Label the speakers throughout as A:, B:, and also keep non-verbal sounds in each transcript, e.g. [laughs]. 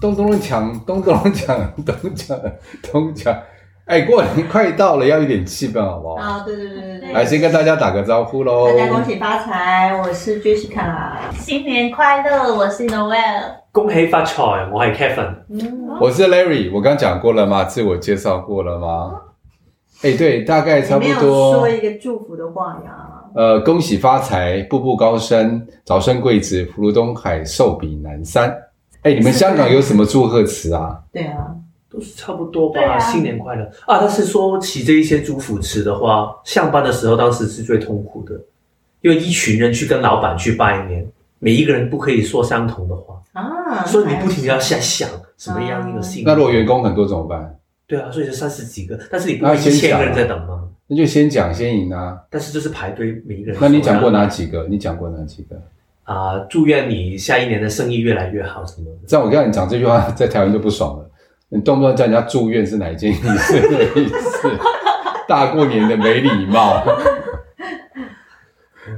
A: 咚咚咚锵，咚咚咚锵，咚锵咚锵。哎，过年快到了，要一点气氛，好不好？
B: 啊，对对对对对，
A: 哦来，先跟大家打个招呼喽
B: 大。家恭喜发财，我是 Jessica，
C: 新年快乐，我是 Noel。
D: 恭喜發財，我係 Kevin。
B: 嗯，
A: 我是 Larry，我刚讲过了吗？自我介绍过了吗？哎，对，大概差
B: 你
A: 不
B: 没有
A: 多
B: 说。一个祝福的话呀，
A: 呃，恭喜发财，步步高升，早生贵子，福如东海，寿比南山。哎，你们香港有什么祝贺词啊？
B: 对啊，
D: 都是差不多
C: 对
D: 吧，
C: 啊
D: 新年快樂啊！但是说起这一些祝福词的话，上班的时候当时是最痛苦的，因为一群人去跟老板去拜年，每一个人不可以说相同的话，
B: 啊，
D: 所以你不停地要在想什么样一个
B: 嗯
D: 新。
A: 那如果员工很多怎么办？
D: 对啊，所以就三十几个，但是你不
A: 那
D: 会一
A: 先
D: 千
A: 讲
D: 个人
A: 啊
D: 在等吗？
A: 那就先讲先赢啊。
D: 但是就是排队每一个人。
A: 那你讲过哪几个？你讲过哪几个？
D: 啊、祝愿你下一年的生意越来越好，什么的。
A: 这样我跟你讲这句话，在台湾就不爽了。你动不动叫人家住院是哪一件意思？的意思？ [laughs] 大过年的没礼貌，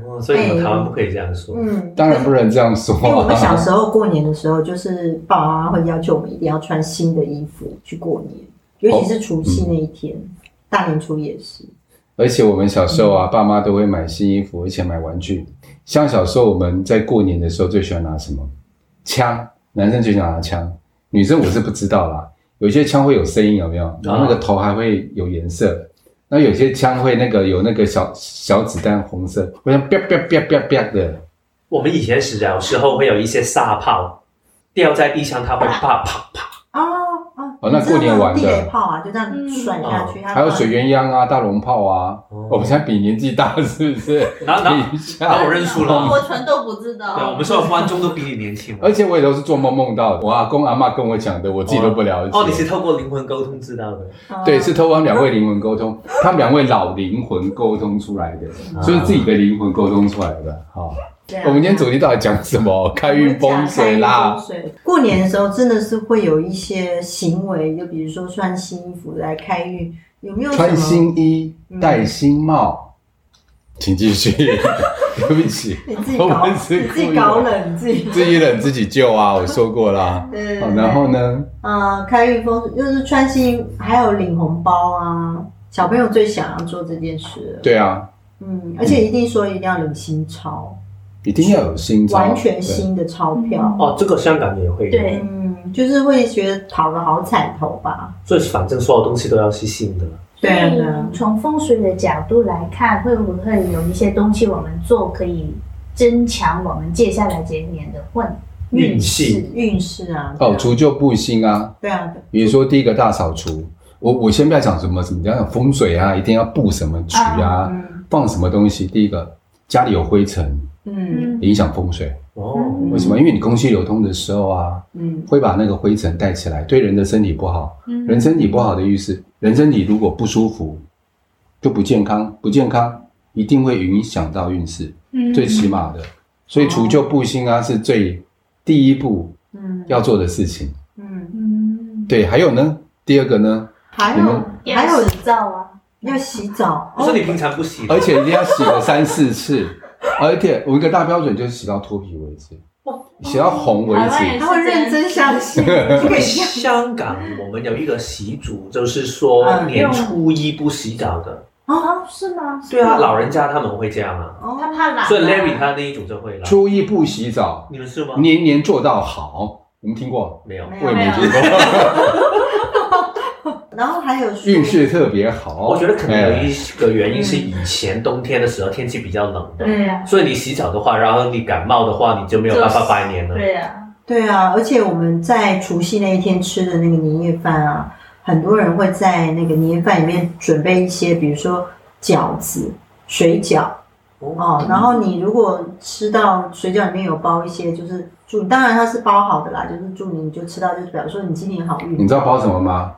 D: 哦，所以你
B: 哎
D: 们台湾不可以这样说。
B: 嗯，
A: 当然不能这样说、
B: 因为我们小
A: 啊。
B: 时候过年的时候，就是爸妈会要求我们一定要穿新的衣服去过年，
A: 哦
B: 尤其是除夕那一天，大年初也是，
A: 而且我们小时候啊，爸妈都会买新衣服，而且买玩具。像小时候我们在过年的时候最喜欢拿什么？枪，男生最喜欢拿枪，女生我是不知道啦。有些枪会有声音，有没有？然后那个头还会有颜色。那有些枪会那个有那个小小子弹红色，会像啪啪啪啪啪的。
D: 我们以前小时候会有一些沙炮，掉在地上，它会啪啪啪。
B: 啊啊，
A: 哦那过年玩的哦
B: 地雷炮啊，就这样甩下去，
A: 还有水鸳鸯啊、大龙炮啊。我们现在比年纪大是不是？
D: [laughs] 然后然后
A: 比一
D: 然后
A: 下
D: 哦我。认输了
C: 我全都不知
D: 对，我
C: 道
D: 们。所有观众都比你年轻。
A: 而且我也都是做梦梦到的，我阿公阿嬷跟我讲的，我自己都不了解。
D: 哦，你是透过灵魂沟通知道的。
B: 啊
A: 对，是偷他们两位灵魂沟通，他们两位老灵魂沟通出来的，
D: 啊
A: 就是自己的灵魂沟通出来的。好，
B: 对啊
A: 我们今天主题到底讲什么？开运风水啦。
B: 开运风水。过年的时候真的是会有一些行为，就比如说穿新衣服来开运，有没有什么
A: 穿新衣，
B: 嗯
A: 戴新帽，请继续。 [laughs] 对不起，
B: 你自己
A: 我
B: 搞，
A: 们
B: 你
A: 是
B: 自己搞冷，你自己。
A: 自己忍自己救啊，我说过啦。
B: 对对
A: 好，
B: 对
A: 然后呢？
B: 呃，开运风水就是穿新衣，还有领红包啊，小朋友最想要做这件事了。
A: 对啊，
B: 嗯，而且一定说一定要领新钞，
A: 一定要有新钞，
B: 完全
A: 对。
B: 新的钞票。
D: 哦，这个香港也会有，
C: 对
B: 嗯，就是会觉得讨个好彩头吧。
D: 所以反正所有东西都要是新的。
B: 对啊对啊
C: 所以从风水的角度来看，会不会有一些东西我们做可以增强我们接下来这一年的混
D: 运气
B: 运势啊，对啊
A: 嗯哦，除旧布新啊，
B: 对啊，对
A: 比如说第一个大扫除，我我先不要讲什么什么讲风水啊，一定要布什么局啊，
B: 嗯
A: 放什么东西。第一个，家里有灰尘，
B: 嗯
C: 嗯，
A: 影响风水。
D: 哦，
C: 嗯
A: 为什么？因为你空气流通的时候啊，
B: 嗯
A: 会把那个灰尘带起来，对人的身体不好。
C: 嗯
A: 人身体不好的意思，人身体如果不舒服，就不健康，不健康一定会影响到运势，
C: 嗯
A: 最起码的。所以除旧布新啊，是最第一步
B: 嗯
A: 要做的事情。
B: 嗯，
C: 嗯，
A: 对，还有呢，第二个呢，
B: 还
A: 你
B: 有
A: 们
C: 还
B: 还
C: 有
B: 有
C: 造啊，
B: 要洗澡，
D: 可是你平常不洗，
A: 而且一定要洗个三四次， [laughs] 而且我一个大标准就是洗到脱皮为止，洗到红为
C: 台湾也
A: 止。
C: 是
B: 他会认真相信，不可以这样
D: 香港我们有一个习俗，就是说
B: 嗯
D: 年初一不洗澡的。
B: [laughs] 啊？是吗？
D: 对啊，老人家他们会这样啊，
B: 哦
C: 他怕懒啊，
D: 所以 Larry 他那一种就会啦。
A: 初一不洗澡，
D: 你们是吗？
A: 年年做到好，你们听过？
D: 没有。
B: 没
A: 我
B: 有
A: 也没
C: 没
A: 听
C: 有
A: 过。
B: 然后还有
A: [laughs]
B: 说
A: 运势特别好，
D: 我觉得可能有
A: 哎
D: 一个原因是以前冬天的时候天气比较冷，
C: 对啊呀，
D: 所以你洗澡的话，然后你感冒的话，你就没有办法拜年了。
C: 对呀，
B: 对啊，而且我们在除夕那一天吃的那个年夜饭啊，很多人会在那个年夜饭里面准备一些，比如说饺子、水饺
D: 哦，
A: 嗯
B: 哦。然后你如果吃到水饺里面有包一些，就是祝当然它是包好的啦，就是祝你就吃到，就是表示说你今年好运。
A: 你知道包什么吗？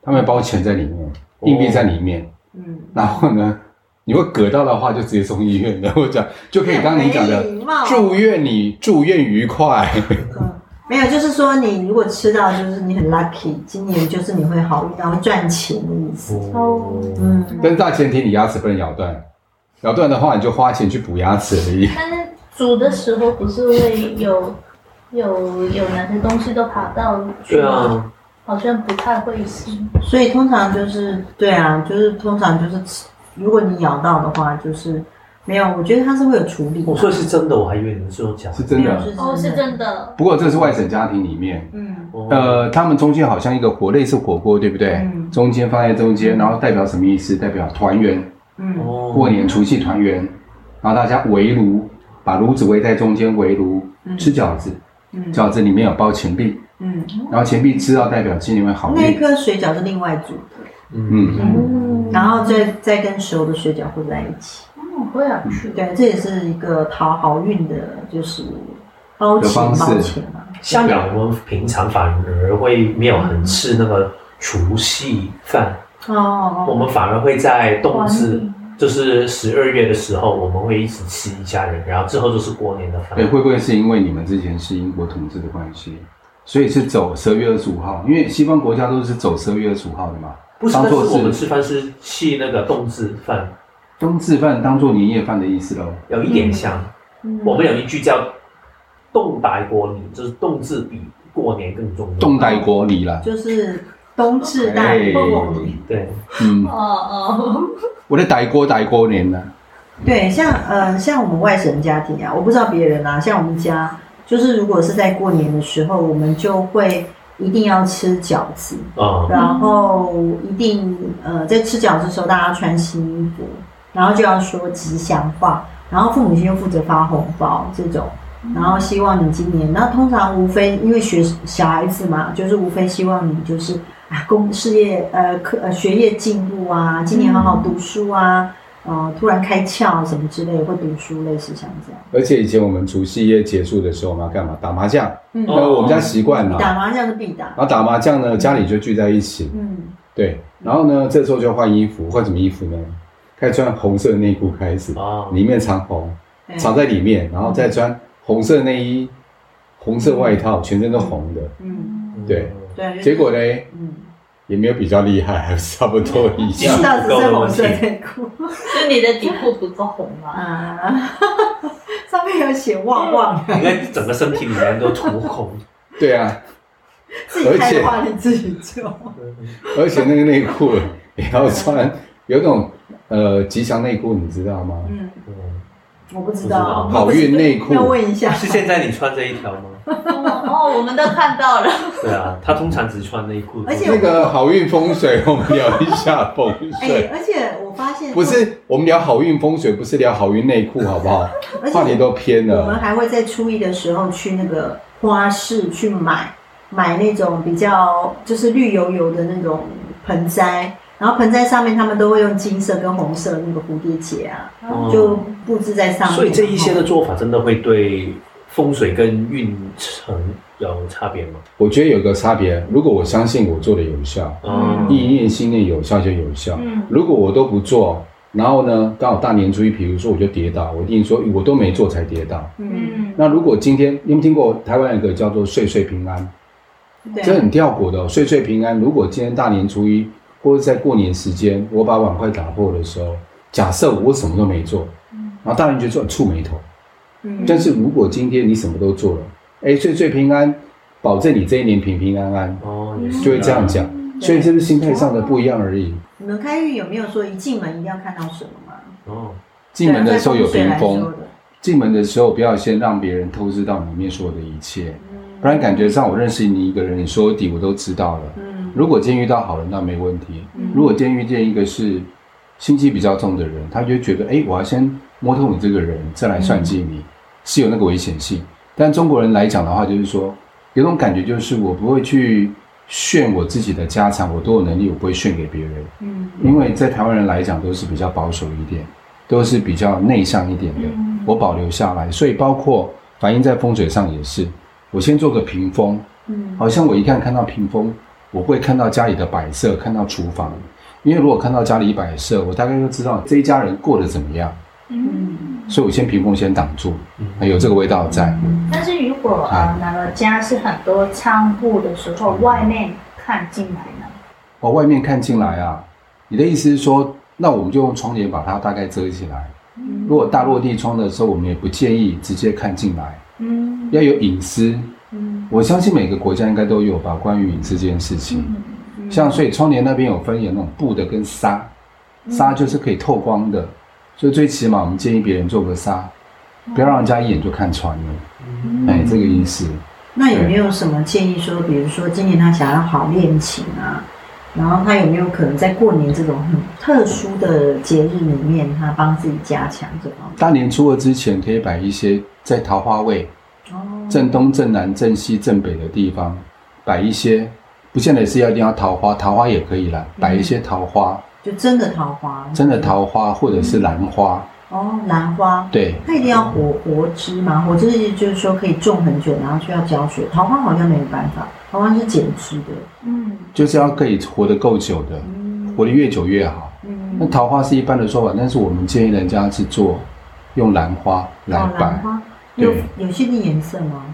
A: 他们包钱在里面，
D: 哦
A: 硬币在里面，
B: 嗯，
A: 然后呢，你会割到的话就直接送医院的。我讲就可以，刚刚你讲的
B: 没礼，貌啊
A: 祝愿你住院愉快。
B: 嗯，没有，就是说你如果吃到，就是你很 lucky，今年就是你会好运，然后赚钱的意思。
D: 哦，
B: 嗯，
A: 但是大前提你牙齿不能咬断，咬断的话你就花钱去补牙齿而已。
C: 但是煮的时候不是会有有有哪些东西都跑到去
D: 对
C: 了，
D: 啊，
C: 好像不太会是。
B: 所以通常就是对啊，就是通常就是吃，如果你咬到的话，就是没有，我觉得它是会有处理的
D: 我，说的是真的，我还哦以为你们是用假
A: [laughs] 是
D: 的。
A: 真
B: 没有
A: 的。
C: 哦，是真，的，
A: 不过这是外省家庭里面，
B: 嗯，
D: 哦，
A: 呃，他们中间好像一个火类似火锅，对不对？
B: 嗯
A: 中间放在中间，然后代表什么意思？代表团圆，
B: 嗯
D: 哦
A: 过年除夕团圆，然后大家围炉，把炉子围在中间围炉
B: 嗯
A: 吃饺子，
B: 嗯
A: 饺子里面有包钱币，
B: 嗯，
A: 然后钱币吃到代表今年会好
B: 那一
A: 运。
B: 颗水饺是另外煮的，
D: 嗯，
A: 嗯，
C: 嗯，
B: 然后再再跟熟的水饺混在一起。
C: 嗯，我有去，
B: 对，这也是一个讨好运的，就是包
A: 的
B: 钱
A: 方式
B: 包钱嘛。
D: 香港我们平常反而会没有很吃那个除夕饭，我
B: 哦，
D: 们反而会在冬至
C: 团，
D: 就是十二月的时候，我们会一起吃一家人，然后之后就是过年的饭
A: 对，。会不会是因为你们之前是英国统治的关系，所以是走十二月二十五号？因为西方国家都是走十二月二十五号的嘛，
D: 不是，
A: 当
D: 但是
A: 做
D: 我们
A: 是
D: 吃饭是去那个冬至饭，
A: 冬至饭当做年夜饭的意思喽。
D: 有一点像。
C: 嗯
D: 我们有一句叫“冻大过年”，就是冬至比过年更重要。
A: 冻带国礼啦，
B: 就是冬至大
A: 哎
B: 过年。
D: 对，
A: 嗯
C: 哦，哦，
A: 我在带锅带过年呢。
B: 对，像呃，像我们外省家庭啊，我不知道别人啊，像我们家，就是如果是在过年的时候，我们就会一定要吃饺子，
D: 嗯，
B: 然后一定呃，在吃饺子的时候，大家穿新衣服，然后就要说吉祥话，然后父母亲就负责发红包这种，然后希望你今年，那通常无非因为学小孩子嘛，就是无非希望你就是啊，工事业呃课呃学业进步啊，今年好好读书啊，呃突然开窍什么之类，会读书类似像这样。
A: 而且以前我们除夕夜结束的时候，我们要干嘛？打麻将。
B: 嗯，
A: 那、我们家哦习惯了，
B: 打麻将是必打
A: 然。后打麻将呢，家里就聚在一起。
B: 嗯，
A: 对，然后呢，这时候就换衣服，换什么衣服呢？开始穿红色的内裤开始，
D: 哦，
A: 里面藏红，
B: 嗯对
A: 藏在里面，然后再穿红色内衣、红色外套，全身都红的。
B: 嗯
D: 嗯
A: 对，
B: 对，就是
A: 结果呢，
B: 嗯，
A: 也没有比较厉害，还是差不多一
D: 技
A: 样
D: 术不。
B: 到只
D: 够
B: 剩红
D: 的问
B: 色
D: 题
B: 内裤。
C: 就你的底裤不够红吗？
B: 啊， [laughs] 上面有写旺旺，
D: 你看嗯整个身体里面都涂红，
A: [laughs] 对啊，
D: 嗯
B: 自己开的话你自己就。
A: 而且那个内裤也要穿，有种呃吉祥内裤，你知道吗？
B: 嗯，
D: 嗯
B: 我不知道，
A: 好运内裤
B: 要问一下。
D: 是现在你穿这一条吗？
C: 哦，哦我们都看到了，
D: 对啊，他通常只穿内裤。
B: 而且
A: 那个好运风水，我们聊一下风
B: 哎、
A: 水。
B: 而且我发现
A: 不，是，我们聊好运风水，不是聊好运内裤，好不好？
B: 而
A: 话题
B: 且嗯
A: 都偏
B: 我们
A: 了。
B: 还会在初一的时候去那个花市去买买那种比较就是绿油油的那种盆栽。然后盆栽上面他们都会用金色跟红色的那个蝴蝶结啊，
D: 哦
B: 就布置在上面。
D: 所以这一些的做法真的会对风水跟运程有差别吗？
A: 我觉得有个差别，如果我相信我做的有效，
B: 嗯
A: 意念心念有效就有效。
C: 嗯，
A: 如果我都不做，然后呢，刚好大年初一，比如说我就跌倒，我一定说哎我都没做才跌倒。
B: 嗯，
C: 嗯，
A: 那如果今天你们听过台湾有个叫做“岁岁平安”，
B: 对，啊
A: 这很吊诡的、哦。岁岁平安，如果今天大年初一或者在过年时间，我把碗筷打破的时候，假设我什么都没做，然后大人就皱蹙眉头。
B: 嗯
A: 但是如果今天你什么都做了，哎，岁岁平安，保证你这一年平平安安，
D: 哦，也是啊
A: 就会这样讲。所以这是心态上的不一样而已。
B: 你们开运有没有说一进门一定要看到什么吗？
D: 哦，
A: 进门的时候有
B: 对
A: 屏
B: 啊在风水
A: 风
B: 来说，的
A: 进门的时候不要先让别人透视到里面所有的一切，不然感觉上我认识你一个人，你说底我都知道了。
B: 嗯
A: 如果今天遇到好人，那没问题。
B: 嗯
A: 如果今天遇见一个是心机比较重的人，他就会觉得，哎，我要先摸透你这个人，再来算计你，是有那个危险性。但中国人来讲的话，就是说，有种感觉就是我不会去炫我自己的家产，我都有能力，我不会炫给别人，
B: 嗯
A: 因为在台湾人来讲都是比较保守一点，都是比较内向一点的，
C: 嗯
A: 我保留下来。所以包括反映在风水上也是，我先做个屏风，
B: 嗯
A: 好像我一看看到屏风，我会看到家里的摆设，看到厨房，因为如果看到家里摆设，我大概就知道这一家人过得怎么样，
C: 嗯，
A: 所以我先屏风先挡住，
D: 嗯
A: 有这个味道在。
C: 但是如果
A: 哎
C: 呃，那个家是很多仓库的时候，外面看进来呢？
A: 哦，外面看进来啊，你的意思是说，那我们就用窗帘把它大概遮起来。如果大落地窗的时候，我们也不建议直接看进来，
C: 嗯，
A: 要有隐私，
B: 嗯
A: 我相信每个国家应该都有吧，关于饮食这件事情。
C: 嗯
A: 像所以窗帘那边有分有那种布的跟纱，纱就是可以透光的，所以最起码我们建议别人做个纱，
C: 嗯
A: 不要让人家一眼就看穿了。哎，这个意思。
B: 那有没有什么建议说，比如说今年他想要好恋情啊，然后他有没有可能在过年这种很特殊的节日里面，他帮自己加强这方面？
A: 大年初二之前可以摆一些在桃花位、
B: 哦，
A: 正东、正南、正西、正北的地方摆一些，不见得是要一定要桃花，桃花也可以啦，摆一些桃花，
B: 就真的桃花，
A: 真的桃花或者是兰花，
B: 哦，兰花，
A: 对，
B: 它一定要活活枝嘛，活枝意思就是说可以种很久，然后需要浇水。桃花好像没有办法，桃花是剪枝的，
C: 嗯
A: 就是要可以活得够久的，
B: 嗯
A: 活得越久越好。那
B: 嗯，
A: 桃花是一般的说法，但是我们建议人家是做用兰花来
B: 哦，兰
A: 摆，
B: 花有
A: 对
B: 有限定颜色吗？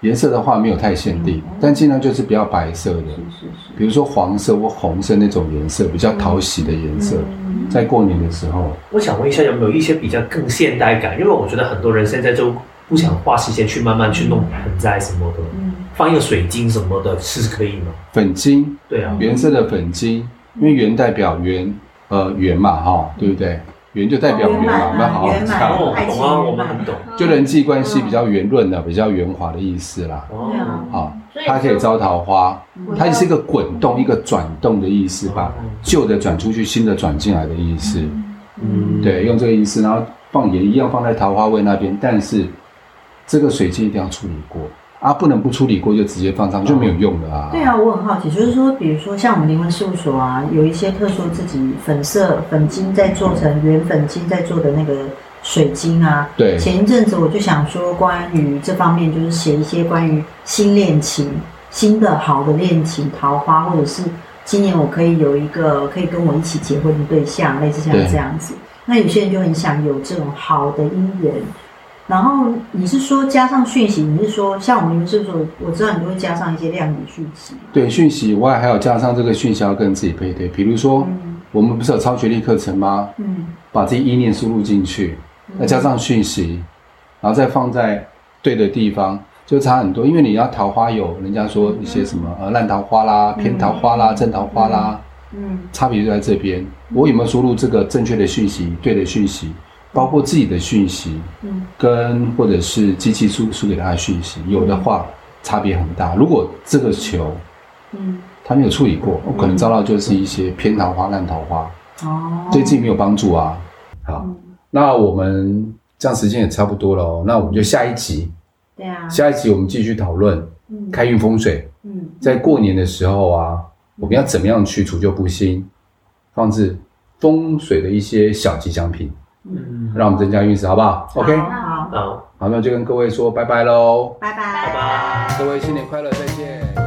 A: 颜色的话没有太限定
B: 嗯，
A: 但尽量就是不要白色的，
B: 是是，
A: 比如说黄色或红色那种颜色，比较讨喜的颜色，
B: 嗯
A: 在过年的时候，
D: 我想问一下，有没有一些比较更现代感？因为我觉得很多人现在就不想花时间去慢慢去弄盆栽什么的，
B: 嗯
D: 放一个水晶什么的，是可以吗？
A: 粉晶
D: 对
B: 嗯
D: 啊，
A: 原色的粉晶，因为圆代表圆，呃圆嘛哈，对不对？圆就代表圆嘛，
B: 哦
A: 我们好好
B: 圆满啊
A: 讲
B: 圆
D: 哦，
B: 满，
D: 我懂啊，我们很懂。
A: 就人际关
B: 嗯
A: 系比较圆润的，比较圆滑的意思啦。
B: 对啊
D: 哦，
A: 好，
C: 所
A: 它可以
C: 说
A: 招桃花，
C: 我
A: 它
C: 要
A: 是一个滚动、一个转动的意思吧，
D: 嗯
A: 旧的转出去，新的转进来的意思。
D: 嗯，
A: 对，用这个意思，然后放也一样放在桃花位那边，但是这个水晶一定要处理过啊，不能不处理过就直接放上就没有用了啊。
B: 对，啊，我很好奇，就是说，比如说像我们灵魂事务所啊，有一些特殊自己粉色粉晶在做成原粉晶在做的那个水晶啊。
A: 对
B: 前一阵子我就想说，关于这方面，就是写一些关于新恋情、新的好的恋情、桃花，或者是今年我可以有一个可以跟我一起结婚的对象，类似像
A: 对
B: 这样子。那有些人就很想有这种好的姻缘，然后你是说加上讯息？你是说像我们灵魂事务所，我知道你都会加上一些量子讯息。
A: 对，讯息以外还有加上这个讯息要跟自己配对，比如说
B: 嗯
A: 我们不是有超学历课程吗？
B: 嗯
A: 把自己意念输入进去，那加上讯息，然后再放在对的地方，就差很多。因为你要桃花有人家说一些什么呃烂桃花啦、偏桃花啦、正桃花啦。
B: 嗯
A: 差别就在这边，我有没有输入这个正确的讯息、对的讯息，包括自己的讯息，
B: 嗯
A: 跟或者是机器输输给他的讯息，有的话差别很大。如果这个球
B: 嗯，
A: 他没有处理过，我可能遭到就是一些偏桃花、烂桃花，
B: 哦，
A: 对自己没有帮助啊。好，
B: 嗯
A: 那我们这样时间也差不多了哦，那我们就下一集，
B: 对啊，
A: 下一集我们继续讨论
B: 嗯
A: 开运风水，
B: 嗯
A: 在过年的时候啊，我们要怎么样去除旧布新，放置风水的一些小吉祥品，
B: 嗯
A: 让我们增加运势，好不好？OK，
B: 好好，
D: 好，
A: 好，那就跟各位说拜拜喽，
B: 拜拜
D: 拜拜。
A: 各位新年快乐，再见。